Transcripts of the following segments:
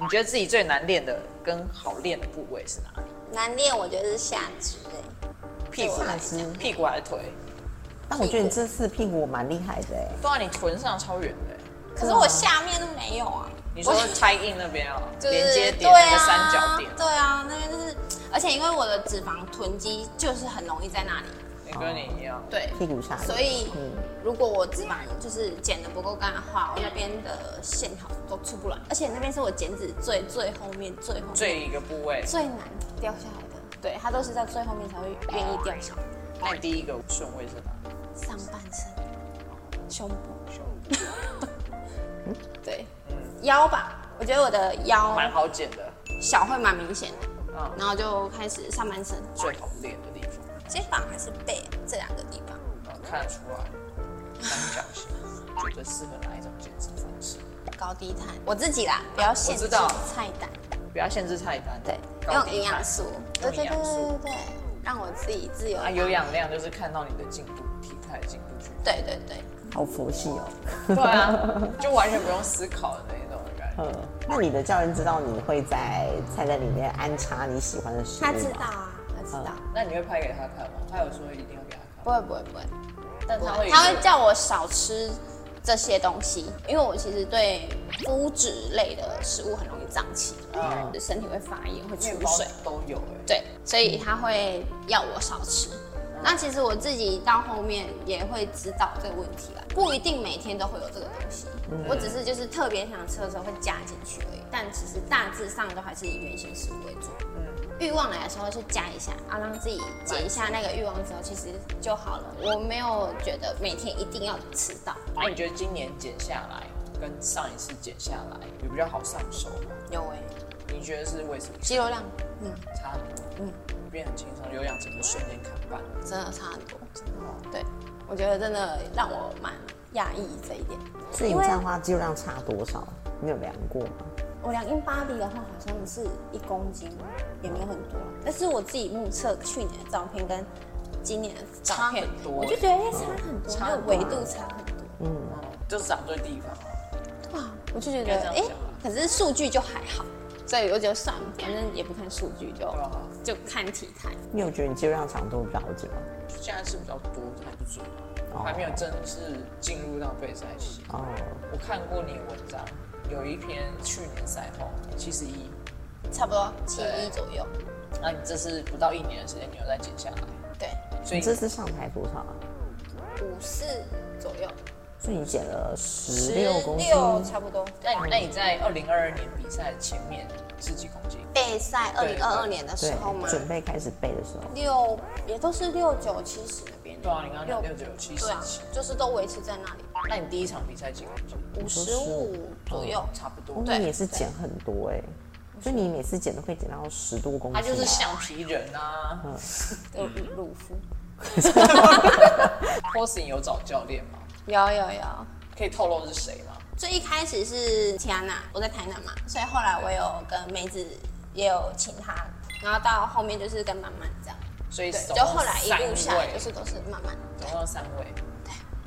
你觉得自己最难练的跟好练的部位是哪里？难练我觉得是下肢啊哎、屁股下还肢是屁股还是腿？但我觉得你这次屁股蛮厉害的哎、不然你臀上超远的欸、可是我下面都没有啊。你说我 tie in 那边啊，就是连接 对点那啊，个三角点，对啊，那边就是，而且因为我的脂肪囤积就是很容易在那里，你跟你一样，对，屁股下面所以嗯如果我脂肪就是减的不够干的话，我那边的线条都出不来，而且那边是我减脂最最后面最后面最一个部位，最难掉下来的，对，它都是在最后面才会愿意掉下来，那你第一个顺位是哪？上半身、胸部、胸部，对，腰吧，我觉得我的腰蛮好剪的，小会蛮明显的，嗯，然后就开始上半身。最好练的地方，肩膀还是背这两个地方。嗯看得出来，三角形，觉得适合哪一种减脂方式？高低碳，我自己啦，不要限制我知道菜单，不要限制菜单，对，高用低营养碳素，对用营对对养对素对对，让我自己自由啊，。有氧量就是看到你的进步，体态进步去。对对对，好佛系哦、 对啊，就完全不用思考的那一种的感觉。嗯，那你的教练知道你会在菜单里面安插你喜欢的食物吗？他知道啊，他知道，那你会拍给他看吗？他有说一定要给他看吗，不会不会不会，但他会他会叫我少吃这些东西，因为我其实对麸质类的食物很容易胀气，嗯身体会发炎，会面出包水。都有哎、对，所以他会要我少吃。那其实我自己到后面也会知道这个问题了，不一定每天都会有这个东西，我只是就是特别想吃的时候会加进去而已。但其实大致上都还是以原形食物为主。欲望来的时候去加一下啊，让自己解一下那个欲望之后，其实就好了。我没有觉得每天一定要吃到，那你觉得今年减下来跟上一次减下来有比较好上手吗？有哎、你觉得是为什么肌肉量，嗯，差很多？嗯，变很轻松，有氧整个瞬间砍半。真的差很多。哦对，我觉得真的让我蛮讶异这一点。所以你这样的话，肌肉量差多少？你有量过吗？我量英巴黎的话，好像是一公斤，也没有很多。但是我自己目测去年的照片跟今年的照片差很，多 我就觉得哎差很多，那个维度差很多。嗯，就是长对地方。啊哇，我就觉应该得这样哎、讲诶吧可是数据就还好，所以我就算了，反正也不看数据，就啊就看体态。你有觉得你肌肉量长度比较好减吗？现在是比较多，还不准，哦还没有真是进入到备赛期。哦，我看过你的文章，有一篇去年赛后七十一，差不多七一左右。那你这是不到一年的时间，你有再减下来，对，所以你这次上台多少啊？五四左右，所以你减了十六公斤，嗯差不多。那你那你在二零二二年比赛前面是几公斤？备赛二对零二二年的时候嘛对，，准备开始背的时候，六也都是六九七十那边的。对啊，你刚刚讲六九七十对啊七，，就是都维持在那里，那你第一场比赛几公斤？五十五左右。差不哦多。那你也是减很多哎、所以你每次减都会减到十多公斤，他啊就是橡皮人啊。有乳肤， Posing 有找教练吗？有有有。可以透露是谁吗？最一开始是齐安娜，我在台南嘛，所以后来我有跟梅子也有请她，然后到后面就是跟慢慢这样，所以对，总就共后来一路下三来位就是都是慢慢。总共三位。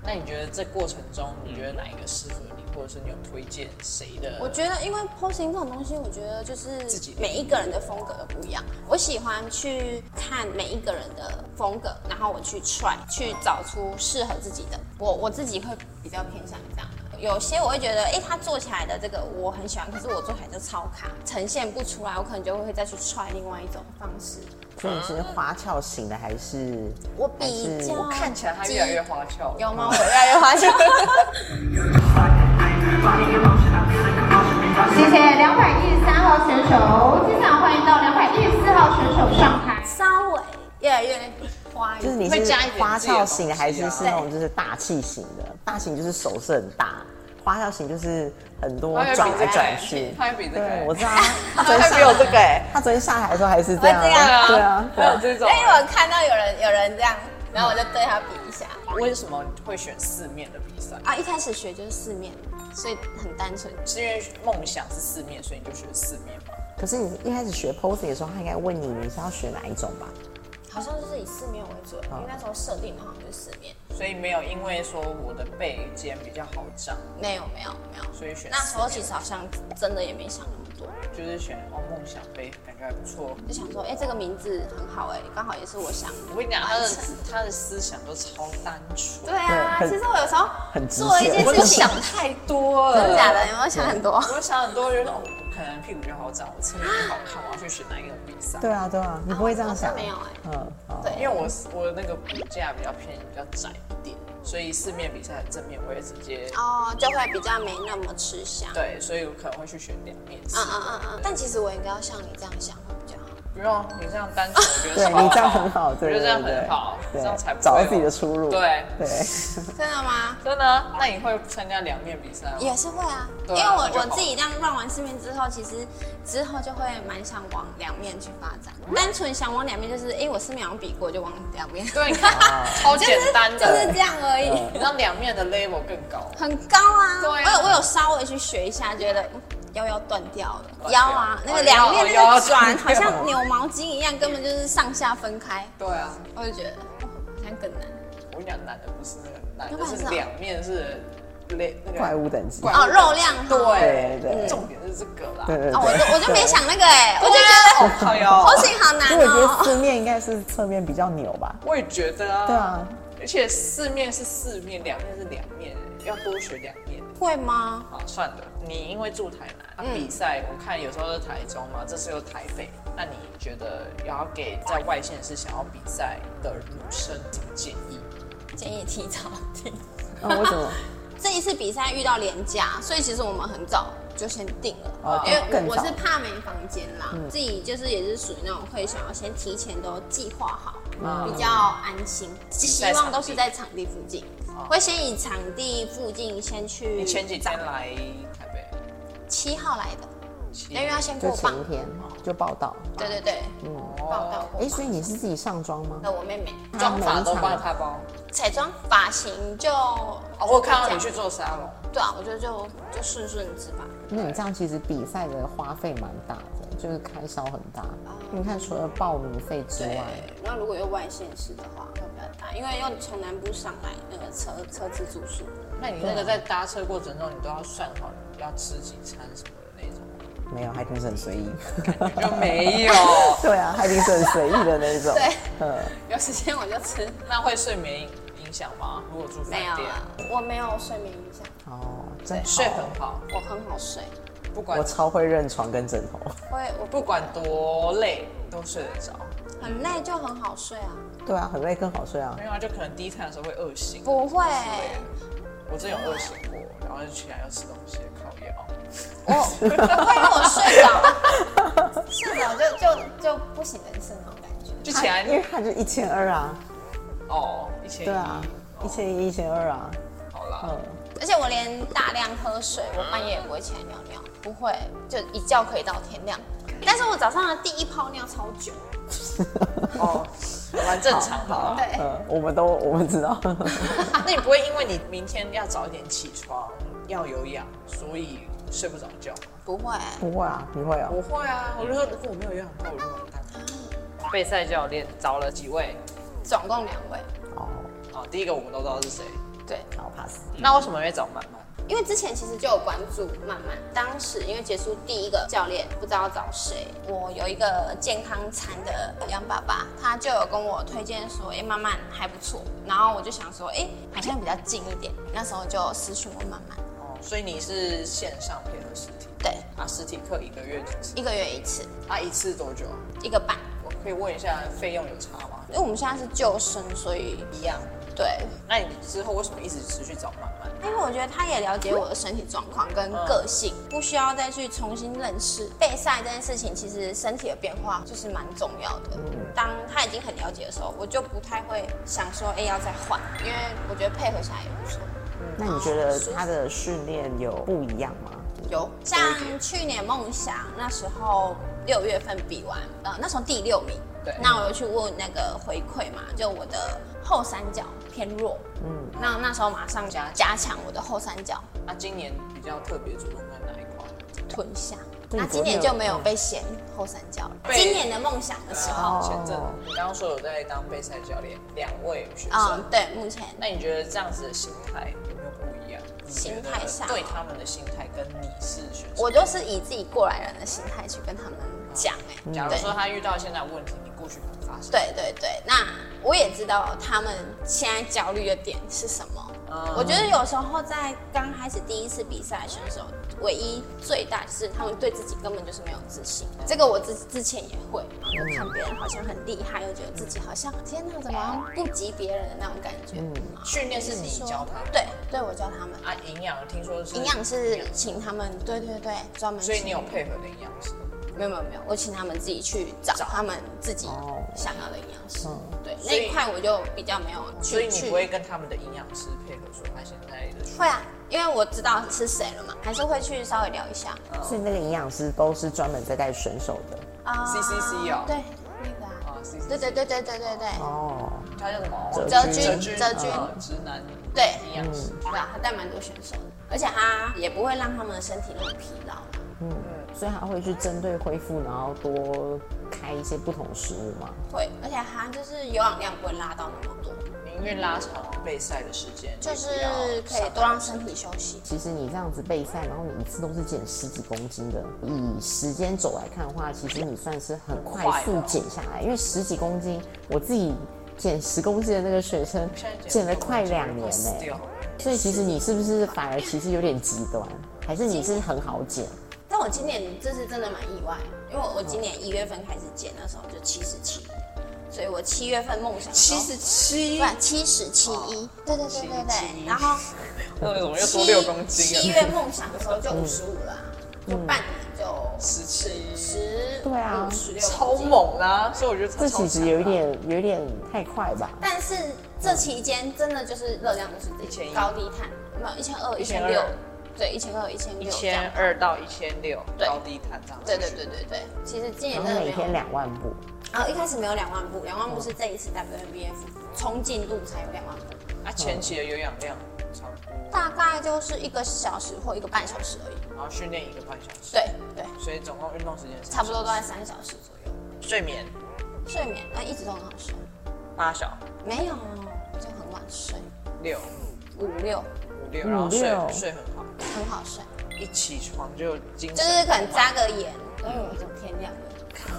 那你觉得这过程中，你觉得哪一个适合你，或者是你有推荐谁的？我觉得，因为 posing 这种东西，我觉得就是己的每一个人的风格都不一样。我喜欢去看每一个人的风格，然后我去 try 去找出适合自己的。我我自己会比较偏向这样。有些我会觉得，哎、他做起来的这个我很喜欢，可是我做起来就超卡，呈现不出来，我可能就会再去 try 另外一种方式。所以你是花俏型的还是？我比较我看起来他越来越花俏了。哦有吗？我越来越花心。谢谢两百一十三号选手，接下来欢迎到两百一十四号选手上台。稍微越来越花一点，就是你会是加一点花自己的俏型东西啊的，还是是那种就是大气型的？大型就是手势很大，花俏型就是很多他会比转这来个转去。他会比这个对，我 知道啊。他昨天他上比我这个 哎，他昨天下台的时候还是这样啊。会这样啊对啊，还对有啊。这因种。为我看哎到有人有人这样，然后我就对他比一下。为什么会选四面的比赛？啊，一开始学就是四面，所以很单纯。是因为梦想是四面，所以你就选四面嘛？可是你一开始学 posing 的时候，他应该问你你是要学哪一种吧？好像就是以四面为主，因为那时候设定的好像就是四面，所以没有因为说我的背肩比较好长，没有没有没有，所以选那时候四其实好像真的也没想那么多，就是选哦梦想杯，感觉还不错。就想说，哎、这个名字很好哎、刚好也是我想。我跟你讲，他的他的思想都超单对纯，啊，对其很实我有时候很直做一线件我事都情想，太多了，真啊的假的？有没有想很多？我想很多人哦，可能屁股比较好长，我侧面比较好看，我要去选哪一个比赛？对啊，对啊，你不会这哦样想？我好像没有哎嗯，好对，因为我是我的那个骨架比较偏比较窄一点，所以四面比赛的正面我也直接哦，就会比较没那么吃香。对，所以我可能会去选两面刺嗯。嗯嗯嗯。但其实我应该要像你这样想会比较好。不用，你这样单纯，我觉得对超你这样很 好，我对觉得对这对样对很好，这样才不会找到有自己的出路。对对，真的吗？真的啊，那你会参加两面比赛吗？也是会啊，因对啊为我那就好我自己这样乱完四面之后，其实之后就会蛮想往两面去发展。嗯单纯想往两面，就是哎、诶我四面好像比过，就往两面，对，你看，啊超简单就的是，这样而已，让两面的 level 更高。很高啊。对啊我有我有稍微去学一下，觉得嗯腰要断掉了，断掉腰啊哦，那个两面那腰个要断转，掉好 像扭毛巾一样，根本就是上下分开。对啊，我就觉得哦好像更难。我跟你讲，难的不是那个，难要不的然是是两面是 le 那个怪物等级。怪哦肉量对对对对重点是这个啦。对对哦，我 就我就没想那个哎、我我就觉觉得得哦，好哟后，勤好难因为我觉得哦。四面应该是侧面比较扭吧。我也觉得啊。对，啊，而且四面是四面，两面是两面，要多学两面。会吗？好，算了，你因为住台南，啊、比赛我看有时候是台中嘛，这次又台北，那你觉得要给在外县市想要比赛的女生怎么建议？建议提早订。 那为什 么？ 这一次比赛遇到廉价，所以其实我们很早就先定了，哦因为我更我早嗯是怕没房间啦，自己就是也是属于那种会想要先提前都计划好，嗯比较安心，希在场望都是地哦在场地附近，会先以场地附近先去。你前几天来台北，七号来的，七因为要先就过磅前一，天就报道。对对对，报道过哎，磅。所以你是自己上妆吗？那我妹妹妆发哦都帮他包。彩妆发型就，哦哦，我有看到你去，做沙龙，对啊，我觉得就就顺顺之吧。那你这样其实比赛的花费蛮大的，就是开销很大。你看，除了报名费之对外，，那如果有外县市的话会比较大，因为又从南部上来，那个车车次住宿，那你那个在搭车过程中，你都要算好你要吃几餐什么的那种。没有，还挺很随意。 就没 有， 对啊，还挺很随意的 那种。对，嗯，有时间我就吃。那会睡眠影影响吗？如果住饭没有店，啊，我没有睡眠影响，哦，真睡好。很好，我很好睡，不管我超会认床跟枕头。我也我不管多累都睡得着。很累就很好睡啊，对啊，很累更好睡啊没。有啊，就可能低碳的时候会饿醒。不会之类的我真有饿醒过，然后就起来要吃东西，靠药。我我会 因为我睡着，睡着就就就不省人事那种感觉。就 起来因为它就一千二啊，哦，一千一，对啊，一千一、一千二啊，好啦，嗯，而且我连大量喝水，我半夜也不会起来尿尿，不会，就一觉可以到天亮。但是我早上的第一泡尿超久，哦，蛮正常的好啦。对嗯，我们都我们知道， 那你不会因为你明天要早一点起床，要有氧，所以睡不着觉？不会。不会啊，你会啊？我会啊，我就说如果我没有有氧的话，我就完蛋了。备赛教练找了几位？总共两位。哦，哦，第一个我们都知道是谁。对，好 pass。那为什么会找曼曼？因为之前其实就有关注慢慢，当时因为结束第一个教练不知道找谁，我有一个健康餐的杨爸爸，他就有跟我推荐说，哎、慢慢还不错，然后我就想说，哎、好像比较近一点，那时候就私讯我慢慢，哦，所以你是线上配合实体对，啊？实体课一个月几次？一个月一次，啊，一次多久？一个半，我可以问一下费用有差吗？因为我们现在是救生，所以一样。对，那你之后为什么一直持续找曼曼？因为我觉得他也了解我的身体状况跟个性，不需要再去重新认识备赛这件事情。其实身体的变化就是蛮重要的。当他已经很了解的时候，我就不太会想说，哎、要再换，因为我觉得配合起来也不错。那你觉得他的训练有不一样吗？有像去年梦想那时候六月份比完，呃，那时候第六名。对那我就去问那个回馈嘛，就我的后三角偏弱，嗯，那那时候马啊上就要加强我的后三角那今年比较特别注重在哪一块？臀下，那今年就没有被嫌后三角了。被今年的梦想的时候，哦前阵子你刚刚说有在当备赛教练，两位学嗯生，，对，目前那你觉得这样子的心态有没有不一样？你觉得心态上对他们的心态跟你是学生，我就是以自己过来人的心态去跟他们讲，哎，假如对说他遇到现在的问题，你过去不发生，对对对，那我也知道他们现在焦虑的点是什么。嗯我觉得有时候在刚开始第一次比赛的选手，唯一最大就是他们对自己根本就是没有自信。这个我之之前也会，我看别人好像很厉害，又觉得自己好像天哪，怎么好像不及别人的那种感觉。训练是你说教他们对，对我教他们。啊，营养听说是营养师请他们，对对对，专门请。所以你有配合的营养师，没有没有没有，我请他们自己去找他们自己想要的营养师。嗯对，所那以一块我就比较没有去所以你去不会跟他们的营养师配合说他现在的会啊，因为我知道是谁了嘛，还是会去稍微聊一下呃所以那个营养师都是专门在带选手的啊 CCC 哦对，那个啊，啊，是对对对对对对对哦，他叫什么？哲君君，哲君呃直男对营养师，对啊，他带蛮多选手的，而且他也不会让他们的身体那么疲劳啊。所以他会去针对恢复，然后多开一些不同的食物嘛。会，而且他就是有氧量不会拉到那么多，宁愿拉长备赛的时间，嗯就是也不可要以多让身体休息。其实你这样子备赛，然后你一次都是减十几公斤的，以时间轴来看的话，其实你算是很快速减下来，因为十几公斤，我自己减十公斤的那个学生现在，减了快两年欸死呢、掉了所以其实你是不是反而其实有点极端，还是你是很好减？但我今年这次真的蛮意外，因为我我今年一月份开始减，那时候就七十七，所以我七月份梦想七十七不，七十七一，对对对对对，然后那怎么又七多六公斤七啊？月梦想的时候就五十五了啊，就半年就十七，十嗯对啊五十六，超。猛啦！所以我觉得他这超其实强啊有一的点有一点太快吧？但是这期间真的就是热量都是自己1100高低碳，有没有一千二、一千1200六，对，一千二、一千一六，千。二到一千六，对高低摊这样。对对对对对，其实今年然真后的每没天有。两万步，然后一开始没有两万步，两万步是这一次 WNBF 冲进度才有两万步，啊，前期的有氧量差不多，大概就是一个小时或一个半小时而已。然后训练一个半小时，对对，所以总共运动时间是差不多都在三小时左右。睡眠睡眠那一直都很好睡，八小没有，我就很晚睡，六五六五六，然后睡六睡很好，很好睡，一起床就精就神，是可能扎个眼，哎呦，我就天亮了。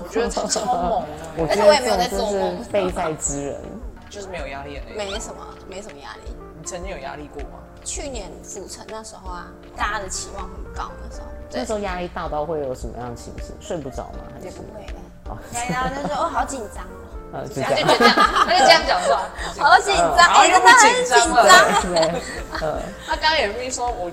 我 觉得他超猛的，我而觉且我也得没有在这做种梦就是备赛之 人，就是没有压力的。没什么，没什么压力。你曾经有压力过吗？去年府城那时候啊，大家的期望很高，那时候那对时候压力大到会有什么样的情形？睡不着吗？还也是不会哦的，对然后就说哦，好紧张哦，呃，就这他就样觉。得这样，他就这样讲出来。好紧张，然后哎，又真不的很紧紧张了张。啊 对，呃，他刚刚也跟你说，我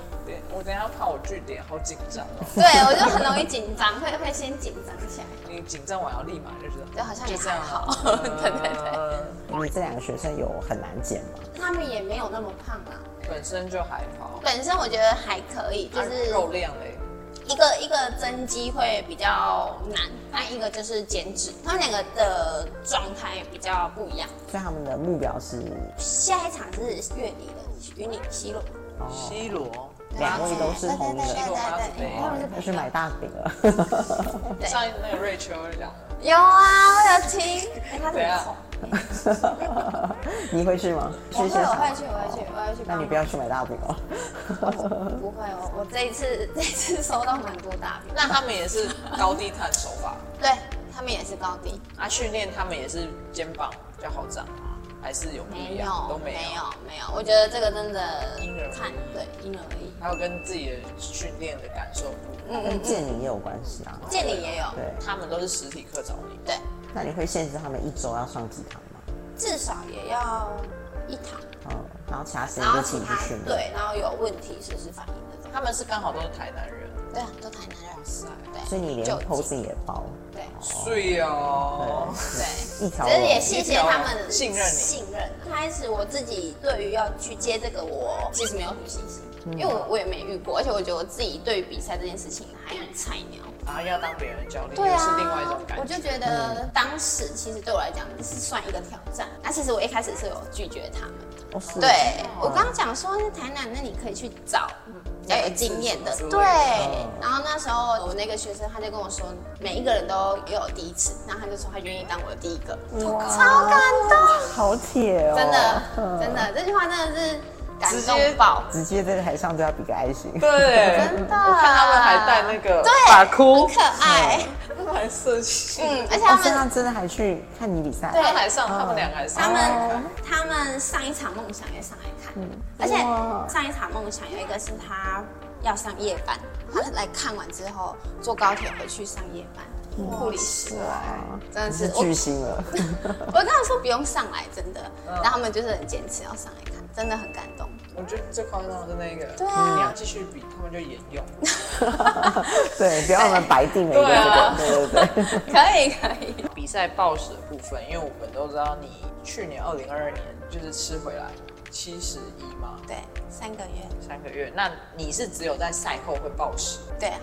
我等一下怕我据点，好紧张哦。对，我就很容易紧张，会会先紧张起来，你紧张完要立马就是，就好像也就这样还好啊。 对对对，呃你这两个学生有很难减吗？他们也没有那么胖啊。本身就还好，本身我觉得还可以，就啊是肉量嘞。一个一个增肌会比较难，那一个就是减脂，他们两个的状态比较不一样。所以他们的目标是下一场是月底的云岭西路，哦，西罗，两位都是红对对对人，对对对，他们是要朋去友。呃买大饼了。对上一次那个瑞秋讲的，有啊，我有听，哎，他怎对么啊红？ 你会去吗？我会，去现我场会去，我会去，我会去那帮你忙不。要去买大饼哦。不会，我我这一次这一次收到蛮多大饼，那他们也是高低碳手 法，对他们也是高低，啊，训练他们也是肩膀比较好长吗？还是有不一没样？都有没没有。有没有，我觉得这个真的因人而异看对因人而异，还有跟自己的训练的感受不 一样，跟健龄也有关系啊。嗯健力也有，对，他们都是实体课找你，对，那你会限制他们一周要上几堂吗？至少也要一堂，嗯，然后其他时间然后就自其己去他训练。对，然后有问题实时反应的这种，他们是刚好都是台南人，对啊，都台南人，对，所以你连就 posing 也包。对睡哦，对。 一条只龙是也谢谢他们信任你信任。开始我自己对于要去接这个，我其嗯实没有什么信心，因为我我也没遇过，而且我觉得我自己对于比赛这件事情还很菜鸟。想要啊要当别人的教练，对又啊，是另外一种感我觉。就觉得当时其实对我来讲是算一个挑战。那、其实我一开始是有拒绝他们。哦是对，嗯我刚刚讲说那台南，那你可以去找比较有经验的类似什。么之类的对，嗯然后那时候我那个学生他就跟我说，每一个人都也有第一次，然后他就说他愿意当我的第一个，超感动，好铁哦，真的真的，这句话真的是感嗯直接动爆。直接在台上对他比个爱心，对，真的啊我看他们还戴那个嗯对发，箍很，可爱，他们还设计，嗯，而且他哦，所以们他真的还去看你比赛，他们还上，他们两个还上，他们他们上一场梦想也上来看，而且上一场梦想有一个是他要上夜班，他来看完之后坐高铁回去上夜班。护理师啊真的是是我，巨星了， 我跟他说不用上来，真的，嗯然后他们就是很坚持要上来看，真的很感动。 我觉得最夸张的是那个，对啊你要继续比，他们就沿用，对，不要我们白定了一个这个，对对对，可以可以，比赛暴食的部分，因为我们都知道你去年二零二二年就是吃回来七十一嘛，对，三个月，三个月，那你是只有在赛后会暴食，对啊，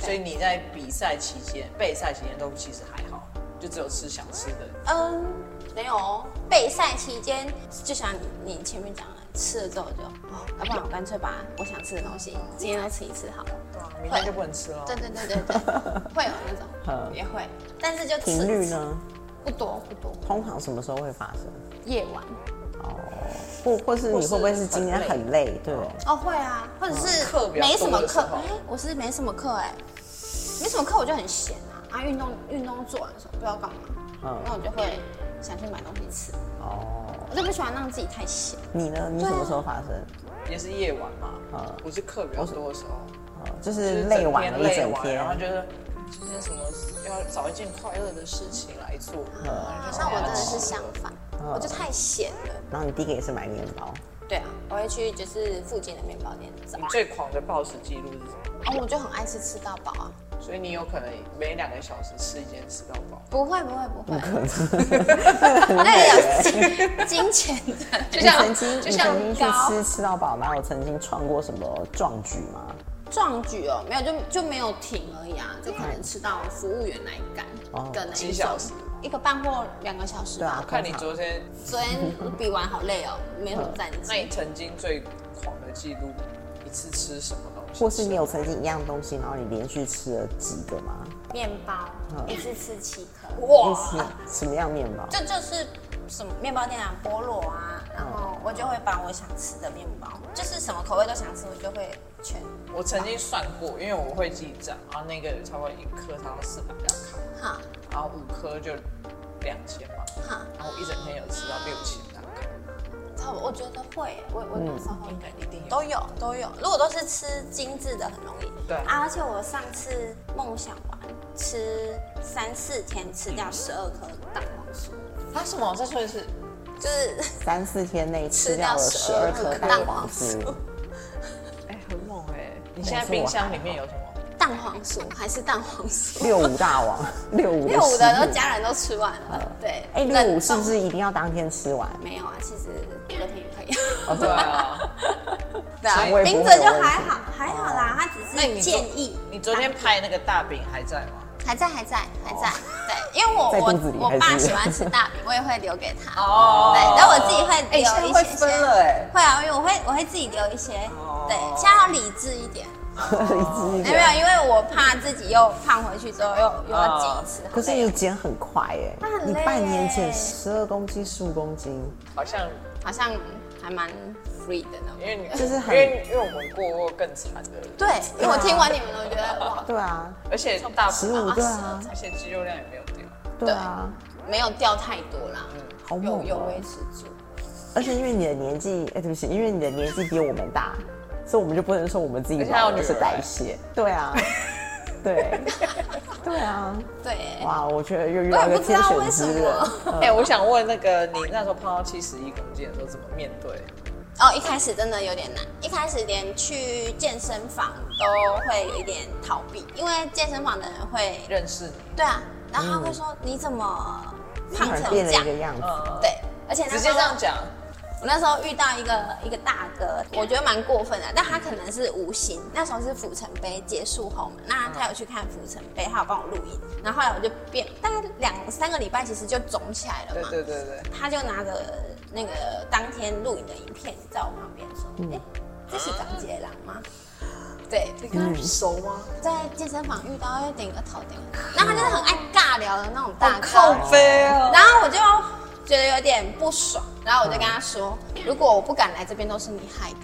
所以你在比赛期间、备赛期间都其实还好，就只有吃想吃的。嗯，没有哦。备赛期间，就像你你前面讲的，吃了之后就，哦，要不然我干脆把我想吃的东西今天都吃一次好了。对啊，明天就不能吃了。对对对对 对，会有那种，也会，但是就吃频率呢？不多不多，通常什么时候会发生？夜晚或或是你会不会是今天很累？对，哦会啊，嗯或者是课比较多没什么的时课候，哎我是没什么课哎，没什么课我就很闲啊，啊运动运动做完的时候不知道干嘛，嗯那我就会想去买东西吃，哦，我就不喜欢让自己太闲，你呢？你什么时候发生？也是夜晚嘛，嗯我是课比较多的时候，哦就就是整累完了天一累整完，天然后，就是今天什么要找一件快乐的事情来做。嗯啊那我真的是相反，我就太闲了，然后你第一个也是买面包，对啊，我会去就是附近的面包店找你，最狂的暴食记录是什么？哦我就很爱吃吃到饱啊，所以你有可能每两个小时吃一间吃到饱。不会不会不会，那个有金金钱的，就你曾经就你曾经像去高吃吃到饱，然后有曾经创过什么壮举吗？壮举哦，没有就就没有停而已啊，就可能吃到服务员来赶哦的那几一小种时，一个半或两个小时对啊吧。看你昨天，昨天比完好累哦，没有什么战那你绩。曾经最狂的记录，一次吃什么东西？或是你有曾经一样东西，然后你连续吃了几个吗？面包嗯一次吃七颗，你吃什么样面包？这就是什么面包店啊，菠萝啊，然后嗯我就会把我想吃的面包，就是什么口味都想吃，我就会全我曾经算过，因为我会记账，然后那个差不多一颗差不多四百大卡，哈然后五颗就两千嘛，哈。然后我一整天有吃到六千大卡。差哦不多，我觉得会，我嗯我有时候应该一定有都有都有。如果都是吃精致的，很容易。对啊，而且我上次梦想完吃三四天，吃掉十二颗蛋黄酥，他什么？再说一次。就是 三四天内吃吃掉掉了十二12颗颗蛋蛋黄黄酥， 哎、很猛哎、你现在冰箱里面有什么？蛋黄酥还是蛋黄酥，六五大王，六五六五的都加。家人都吃完了。对，哎，六五冷是冻不是一定要当天吃完？没有啊？其实隔天也可以。哦对啊。 对啊，肠胃不会哦冰有着就问还题好，还好啦。他那只你是昨建议。你昨啊天拍那个大饼还在吗？还在，还在，还哦在。对，因为我在肚子里我我还爸是喜欢吃大饼，我也会留给他。哦对，但我自己会哎、留现一在些会分了哎、会啊，因为我会我会自己留一些哦，对，现在要理智一点， 哎一哦没有，因为我怕自己又胖回去之后啊又又要减一次。可是你减很快耶，那很你累半年减耶十二公斤、十五公斤，好像好像还蛮 free 的那因为种。你就是因很为因为我们过过更惨的，对，因为我听完你们，我觉得哇，对啊，而且大十五对啊，而且肌肉量也没有掉。对啊，没有掉太多啦，好猛有有哦维！持住。而且因为你的年纪，哎，对不起，因为你的年纪比我们大，所以我们就不能说我们自己而且还有老了是女儿代谢，对啊，对，对啊，对，哇，我觉得又遇到一我也个不知天道选为什之人，么。哎、我想问那个你那时候胖到七十一公斤的时候怎么面对？哦，一开始真的有点难，一开始连去健身房都会有一点逃避，因为健身房的人会，认识你，对啊，然后他会说你怎么突胖然成变了这样一个？样子，嗯，对，而且那直时接候这样讲，我那时候遇到一个一个大哥，我觉得蛮过分的，但他可能是无心。那时候是府城杯结束后嘛，嗯那他有去看府城杯，他有帮我录音。然后后来我就变，大概两三个礼拜，其实就肿起来了对嘛。对对对，他就拿着那个当天录影的影片在我旁边说：“哎、这是张杰朗吗？”啊对，你跟他熟吗？在健身房遇到要点个头点个头，然后他就是很爱尬聊的那种大靠哥。背啊！然后我就觉得有点不爽，然后我就跟他说，如果我不敢来这边，都是你害的。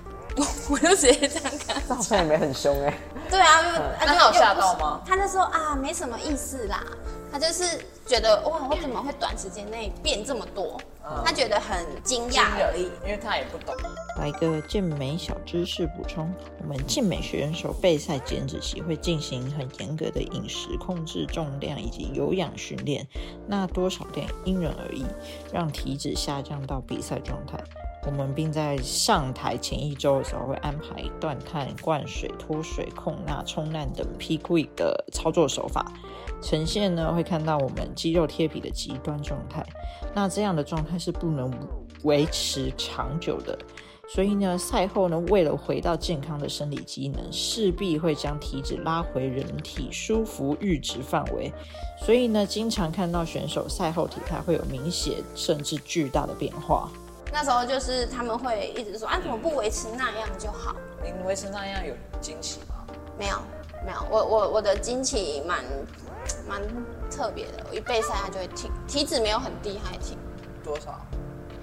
我我就直接这样跟他这好像也没很凶哎、对啊，又那他有吓到吗？又不是他就说啊，没什么意思啦，他就是觉得哇，我怎么会短时间内变这么多？嗯他觉得很惊讶而已。因为他也不懂。来个健美小知识补充：我们健美选手备赛减脂期会进行很严格的饮食控制、重量以及有氧训练，那多少量因人而异，让体脂下降到比赛状态。我们并在上台前一周的时候会安排断碳、灌水、脱水、控钠、冲浪等 P Quick 的操作手法，呈现呢会看到我们肌肉贴皮的极端状态。那这样的状态是不能维持长久的。所以呢，赛后呢，为了回到健康的生理机能，势必会将体脂拉回人体舒服阈值范围。所以呢，经常看到选手赛后体态会有明显甚至巨大的变化。那时候就是他们会一直说啊，怎么不维持那样就好？你维持那样有惊喜吗？没有，没有，我我我的经期蛮蛮特别的，我一备赛它就会停，体脂没有很低，还停。多少？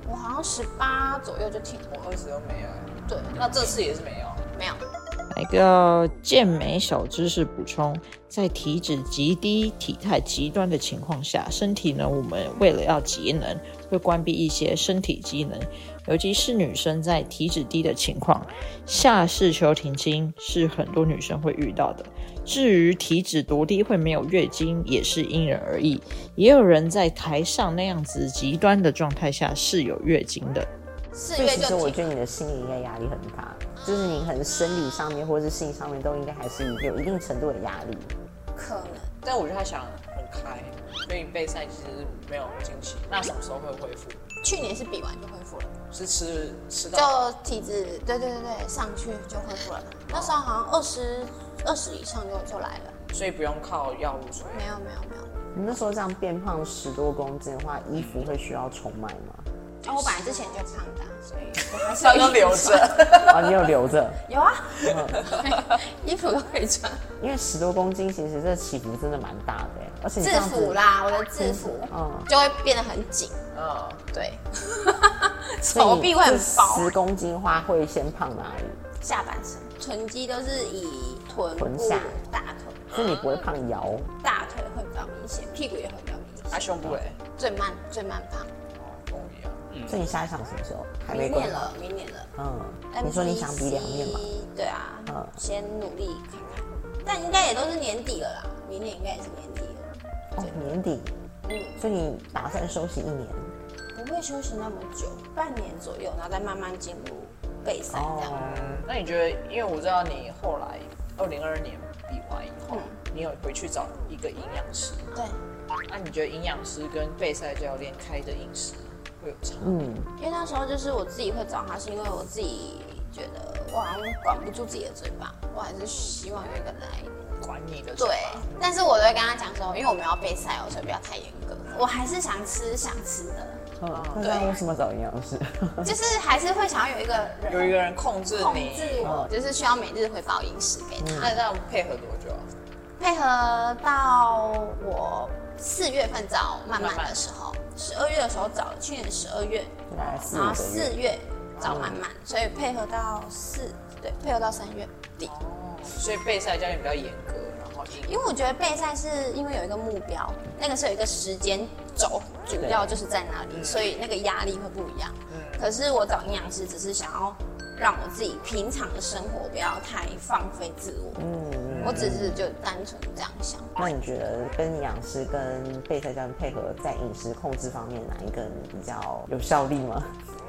我好像十八左右就停了，我二十都没有欸。对，那这次也是没有。没有。来个健美小知识补充，在体脂极低、体态极端的情况下，身体呢，我们为了要节能，会关闭一些身体机能，尤其是女生在体脂低的情况，下视球停经是很多女生会遇到的。至于体脂多低会没有月经，也是因人而异，也有人在台上那样子极端的状态下是有月经的。四所以月其实就我停，觉得你的心理应该压力很大，就是你很生理上面或者是性上面都应该还是有一定程度的压力。可能但我觉得他想很开，所以备赛其实没有惊喜。那什么时候会恢复？去年是比完就恢复了，是吃吃到就体脂对对对对上去就恢复了。那时候好像二十二十以上就就来了，所以不用靠药物 所以没有没有没有。你那时候这样变胖十多公斤的话，衣服会需要重买吗？然哦后我本来之前就胖的啊，所以我还是上有都留着，啊，你有留着？有啊， 衣服都可以穿，因为十多公斤其实这起伏真的蛮大的欸，而且你这制样子服啦，我的制服嗯就会变得很紧， 嗯，对，所以手臂会很薄，十公斤的话会先胖哪里？下半身臀肌都是以臀臀部下、大腿、所以你不会胖腰，哦大腿会比较明显，屁股也会比较啊明显，胸部嘞，最慢最慢胖。哦，跟我一样，所以你下一场什么时候？还没明关年。了，明年了。嗯，你说你想比两面嘛？ MVC？对啊，嗯先努力看看，但应该也都是年底了啦，明年应该也是年底了，哦，年底，嗯，所以你打算休息一年？不会休息那么久，半年左右，然后再慢慢进入备赛哦这哦样。嗯，那你觉得，因为我知道你后来二零二二年比完以后，嗯你有回去找一个营养师，对，那你觉得营养师跟备赛教练开的饮食会有差？嗯，因为那时候就是我自己会找他，是因为我自己觉得我好像管不住自己的嘴巴，我还是希望有一个人来管你的对，但是我都会跟他讲说，因为我们要备赛哦，所以不要太严格。我还是想吃想吃的，嗯，那这样为什么找营养师？ 就是还是会想要有一个人有一个人控制控你，嗯制我，就是需要每日回报饮食给他，那这样配合多久啊？配合到我四月份找慢慢的时候，十二月的时候找，去年十二月，大概四然五后个啊四月。月找慢慢，所以配合到四，对，配合到三月底。哦，所以备赛教练比较严格，然后营因为我觉得备赛是因为有一个目标，那个是有一个时间轴，主要就是在哪里，所以那个压力会不一样。可是我找营养师只是想要让我自己平常的生活不要太放飞自我，我只是就单纯这样想。那你觉得跟营养师跟备赛教练配合，在饮食控制方面，哪一个你比较有效力吗？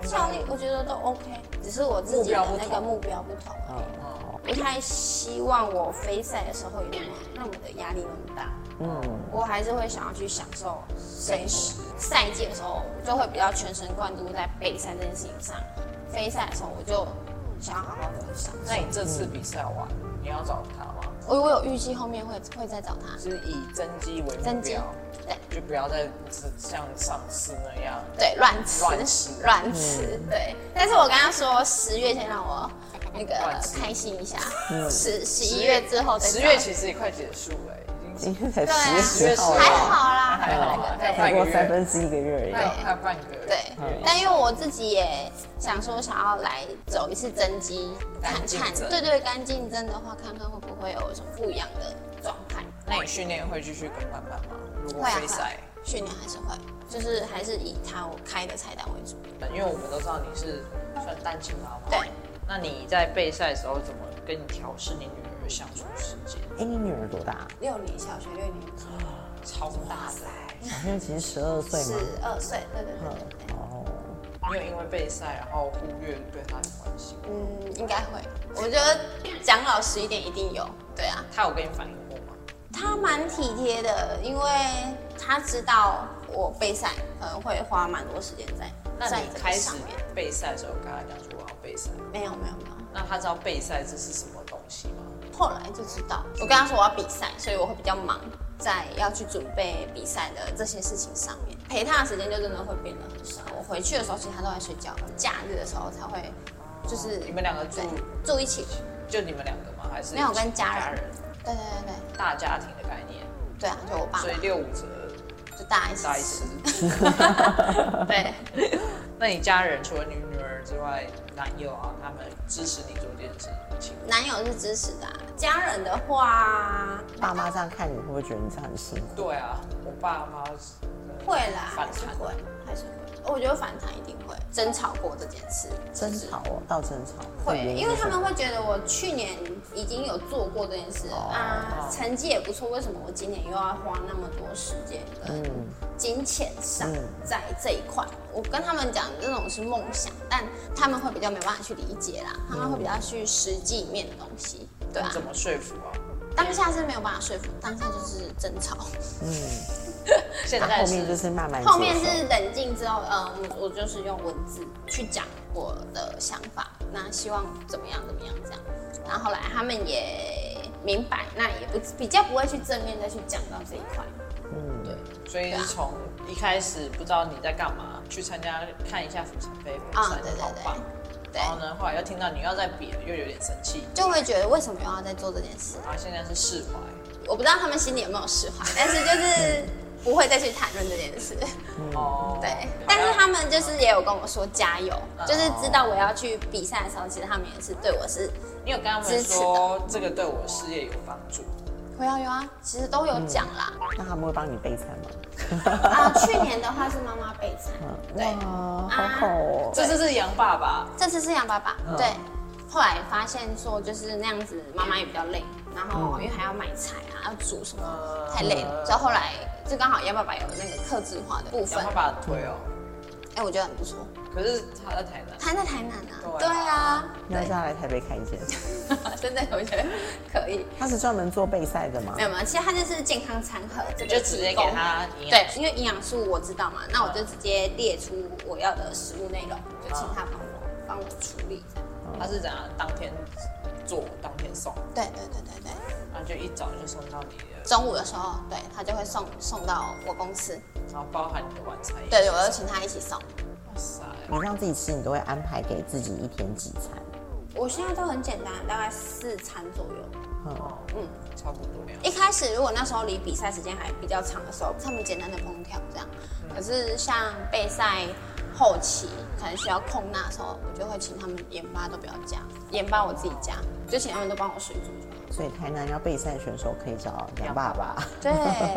效率我觉得都 OK，只是我自己的那个目标不同。嗯，哦不太希望我非赛的时候有那么那么的压力那么大。嗯，我还是会想要去享受随时赛季的时候，我就会比较全神贯注在备赛这件事情上。非赛的时候，我就想要好好的享那受你。这次比赛完，你要找他吗？我我有预计后面会会再找他就是以增肌为目增肌标，，对就不要再只像上次那样。对，乱吃乱吃乱吃，对。但是我跟他说十月先让我那个乱吃开心一下，十十一月之后再找十月其实也快结束了，欸已今经天才对啊十月十号还了，好啦，还好啦对才嗯过三分之一个月而还有还有半个月。对，但因为我自己也想说，想要来走一次增肌，看干净看，增对对，干净增的话，看看会不会有什么不一样的状态。那你训练会继续跟班班吗？如果会啊非赛，会，训练还是会，就是还是以他我开的菜单为主。因为我们都知道你是算单亲妈妈。对。那你在备赛的时候怎么跟你调试你女儿的相处时间？哎，你女儿多大？六年小学六年级，超大欸赛。小现在其实十二岁十嘛。二岁，对对对对对，哦，你有因为备赛然后忽略对她的关心？嗯，应该会。我觉得讲老实一点，一定有。对啊，她有跟你反映过吗？他蛮体贴的，因为他知道我备赛可能会花蛮多时间在那在你这个开始上面。备赛的时候跟她讲说我要备赛，没有没有没有，那她知道备赛这是什么东西吗？后来就知道。我跟他说我要比赛，所以我会比较忙，在要去准备比赛的这些事情上面，陪他的时间就真的会变得很少。我回去的时候，其实他都在睡觉，假日的时候才会，就是你们两个住对住一起，就你们两个吗？还是没有跟家家人。对对对对大家庭的概念，对啊，就我爸所以妈六五折就大家一大一起十吃。。 对， 那你家人除了你女儿之外，男友啊，他们支持你做这件事情？男友是支持的啊、家人的话爸妈这样看你会不会觉得你这样很辛苦？对啊，我爸妈呃会啦，反还是弹会，还是会。我觉得反弹一定会争吵过这件事，争吵哦，到争吵会，原因为他什么们会觉得我去年已经有做过这件事了哦哦啊，成绩也不错，为什么我今年又要花那么多时间嗯跟金钱上在这一块？我跟他们讲这种是梦想，但他们会比较没办法去理解嗯啦，他们会比较去实际面的东西，对啊怎，么说服啊？当下是没有办法说服，当下就是争吵。现那在后面就是是慢慢接受后面是冷静之后，呃，我我就是用文字去讲我的想法，那希望怎么样怎么样这样。然后后来他们也明白，那也不比较不会去正面再去讲到这一块。啊所以是从一开始不知道你在干嘛，去参加看一下釜山杯，釜啊山对对好棒。对然后呢，后来又听到你要再比了，又有点生气，就会觉得为什么又要再做这件事？然后现在是释怀。我不知道他们心里有没有释怀，但是就是不会再去谈论这件事。嗯哦，对，但是他们就是也有跟我说加油，就是知道我要去比赛的时候，其实他们也是对我是你有跟他们支持说这个对我事业有帮助，会啊有啊，其实都有讲啦。那他们会帮你备餐吗？ 啊，去年的话是妈妈备餐，嗯对，呃哇，啊好好哦。这就是杨爸爸。这次是杨爸爸，嗯对。后来发现说就是那样子，妈妈也比较累，然后嗯因为还要买菜啊，要煮什么，呃太累了。所以后来就刚好杨爸爸有那个克制化的部分杨爸，爸很推哦，嗯哎，我觉得很不错。可是他在台南，他在台南啊，对对啊，那就要来台北开一间， 真的我觉得可以。他是专门做备赛的吗没？有没有，其实它就是健康餐盒，这个就直接提供给它营养对，因为营养素我知道嘛，那我嗯就直接列出我要的食物内容，就请他帮我帮我处理。嗯他是怎样当天做当天送，对对对对对。然后就一早就送到你的，中午的时候，对他就会送送到我公司，然后包含你的晚餐也是。对，我就请他一起送。哇塞，你让自己吃，你都会安排给自己一天几餐？我现在都很简单，大概四餐左右。哦，嗯，差不多。一开始如果那时候离比赛时间还比较长的时候，他们简单的烹调这样。可是像备赛后期，可能需要控钠的时候，我就会请他们盐巴都不要加，盐巴我自己加，就请他们都帮我水煮就好。所以台南要备赛选手可以找杨爸爸。对，我觉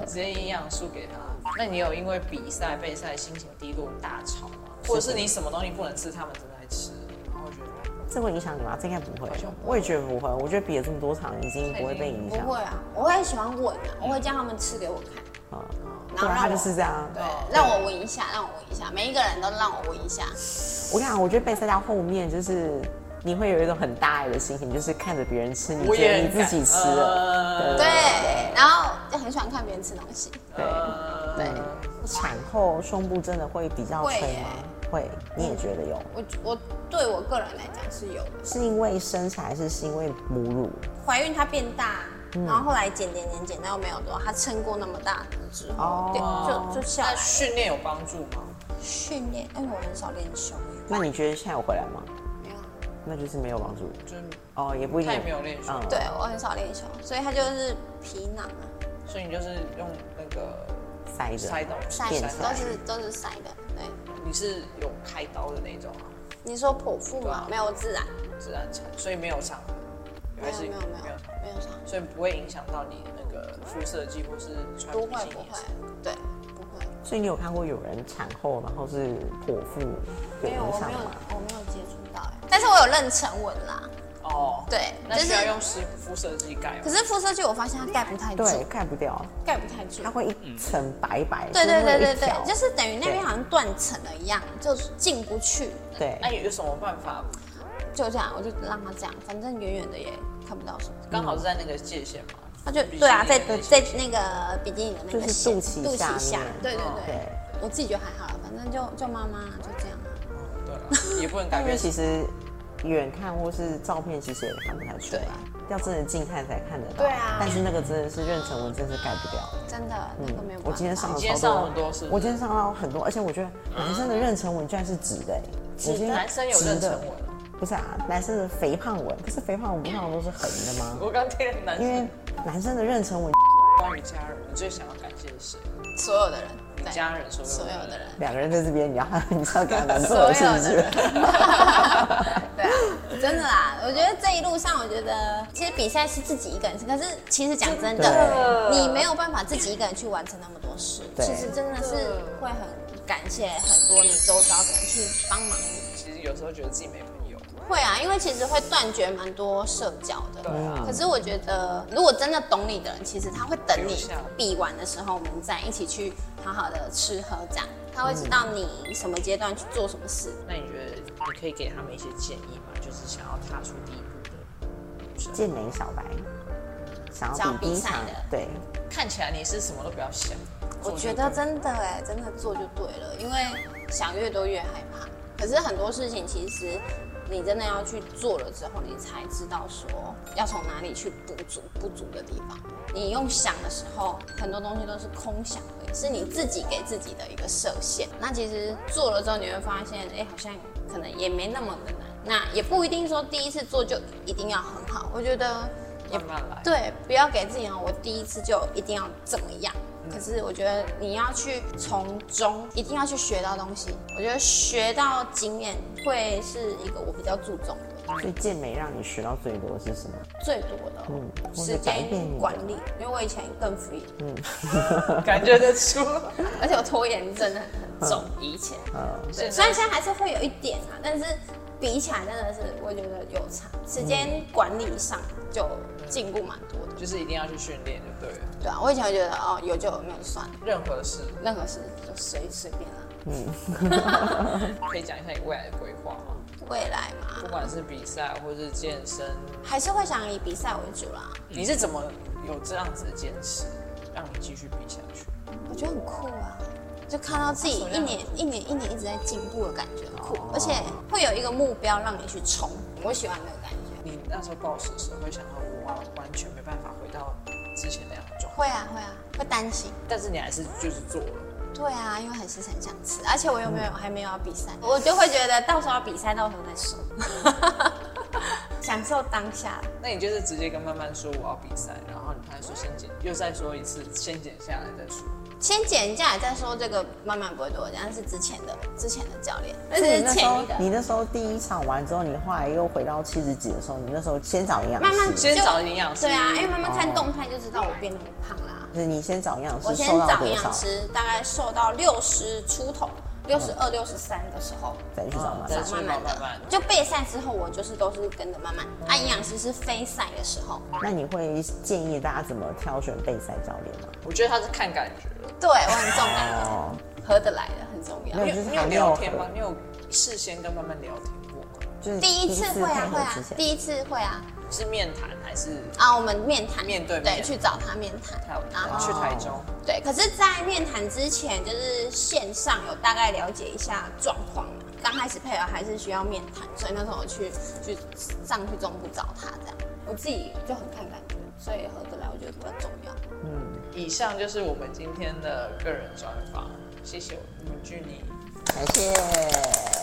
得直接营养素给他。那你有因为比赛备赛心情低落大吵吗？或者是你什么东西不能吃，他们真的爱吃，然后我觉得这会影响你吗？这应该不会好像不，会我也觉得不会。我觉得比了这么多场，已经不会被影不响。会啊，我会喜欢闻啊，我会叫他们吃给我看，啊，然对后啊，让他我就是这样。哦对，让我闻一下，让我闻一下，每一个人都让我闻一下。我跟你讲，我觉得备赛到后面就是你会有一种很大爱的心情，就是看着别人吃，你我觉也呃得你自己吃了，了对，然后就很喜欢看别人吃东西，对对对。产后胸部真的会比较呃会垂耶吗？会，你也觉得有？我我对我个人来讲是有的。是因为生产还是是因为母乳？怀孕她变大，然后后来减减减减到没有多少，她撑过那么大之后，对，就就下来那了训练有帮助吗？训练。哎，我很少练胸，欸那你觉得现在有回来吗？没有，那就是没有帮助就是哦，也不一定。他也没有练胸嗯对我很少练胸，所以她就是皮囊啊，所以你就是用那个塞着塞刀塞变的出都来是都是塞的。对，你是有开刀的那种啊，你说剖腹吗？没有自然，自然产，所以没有伤痕，啊没还有是没有没有没有伤，所以不会影响到你那个肤色肌或是穿不比会基不尼会。，对不会，所以你有看过有人产后然后是剖腹有没有影我响没有吗？我没有接触到哎，但是我有妊娠纹啦，哦，对那就是需要用湿肤色剂盖可吗？是肤色剧我发现它盖不太住，对，盖不掉，盖不太住它。会一层白白。对对对对就是会有一条对，就是等于那边对好像断层了一样，就进不去，对那哎有什么办法？嗯就这样，我就让它这样，反正远远的也看不到什么。刚好是在那个界限嘛。它就比基尼对啊，在的那在些那个比基尼的那个就是线肚脐肚下脐下面，对对哦对对，，我自己觉得还好啦，反正就就妈妈就这样啊。对 了，也不能改但因为变。其实远看或是照片其实也看不太出来，要真的近看才看得到。对啊但是那个真的是妊娠纹，真是盖不掉。真的那个没有办法。我今天上了你今天超上了很多是不是我今天上到很多，而且我觉得男生的妊娠纹居然是直的、欸，嗯我今天男生有妊直娠的纹，不是啊，男生的肥胖纹，可是肥胖纹不通常都是横的吗？我刚听了男因为生男生的妊娠纹，关于家人，你最想要感谢谁？所有的人，你对家人所有所的有人的人，两个人在这边，你要你知道给他难所做有了的是不是？ 对啊，真的啦，我觉得这一路上，我觉得其实比赛是自己一个人，可是其实讲真的，你没有办法自己一个人去完成那么多事，对其实真的是会很感谢很多你周遭的人去帮忙你。其实有时候觉得自己没朋友，会啊，因为其实会断绝蛮多社交的。对啊可是我觉得，如果真的懂你的人，其实他会等留你下比完的时候，我们再一起去好好的吃喝这样。他会知道你什么阶段去做什么事。那你觉得你可以给他们一些建议吗？就是想要踏出第一步的女生，健美小白，想想要要比比第一赛场的，对，看起来你是什么都不要想。我做就觉得对真的哎，真的做就对了，因为想越多越害怕。可是很多事情其实你真的要去做了之后，你才知道说要从哪里去补足不足的地方。你用想的时候，很多东西都是空想的，是你自己给自己的一个设限。那其实做了之后，你会发现，哎、好像可能也没那么的难。那也不一定说第一次做就一定要很好，我觉得也慢慢来。对，不要给自己啊，我第一次就一定要怎么样。嗯可是我觉得你要去从中一定要去学到东西，我觉得学到经验会是一个我比较注重的 所以健美让你学到最多的是什么？最多的嗯，或时是改间变你的嗯管理，因为我以前更 free，感觉得出。而且我拖延症很重，以前现在嗯虽然现在还是会有一点啊，但是比起来真的是我觉得有差，时间管理上就进步蛮多的。就是一定要去训练，就对了。对啊，我以前会觉得哦有就有，没有就算了，任何事任何事就随随便啦。可以讲一下你未来的规划吗？未来不嘛，管是比赛或是健身，还是会想以比赛为主啦。你是怎么有这样子的坚持，让你继续比下去？我觉得很酷啊，就看到自己一年一年一年一直在进步的感觉很酷，而且会有一个目标让你去冲，我喜欢那个感觉。你那时候暴食的时候会想到我完全没办法回到之前那样的状态，会啊会啊，会担心。但是你还是就是做了，对啊，因为还是很想吃，而且我又没有还没有要比赛，嗯我就会觉得到时候要比赛，到时候再说。 享受当下，那你就是直接跟曼曼说我要比赛，然后你他说先减，又再说一次，先减下来再说。先减价再说。这个慢慢不会多，但是之前的之前的教练，那你是那时前候一个，你那时候第一场完之后，你后来又回到七十几的时候，你那时候先找营养师，慢慢先就找营养师对啊，因为慢慢看动态就知道我变那么胖啦。就是你先找营养我师，先瘦到找多营养少师，大概瘦到六十出头，六十二、六十三的时候，再去找妈再妈。去慢慢慢的慢，就备赛之后，我就是都是跟着慢慢。啊，营养师是非赛的时候，那你会建议大家怎么挑选备赛教练吗？我觉得他是看感觉了。对我很重感觉，哦， 合得来的很重要你没。有有就是你有还没有聊天合吗？你有事先跟曼曼聊天过吗？就是第一次会配啊合会啊之，前，第一次会啊是面谈还是啊，我们面谈面对面对去找他面谈台，然湾后去台中？对，可是，在面谈之前，就是线上有大概了解一下状况嘛。刚开始配合还是需要面谈，所以那时候我去去上去中部找他这样。我自己就很看感觉，所以合得来我觉得比较重要。以上就是我们今天的个人专访，谢谢我们 j u n 感谢。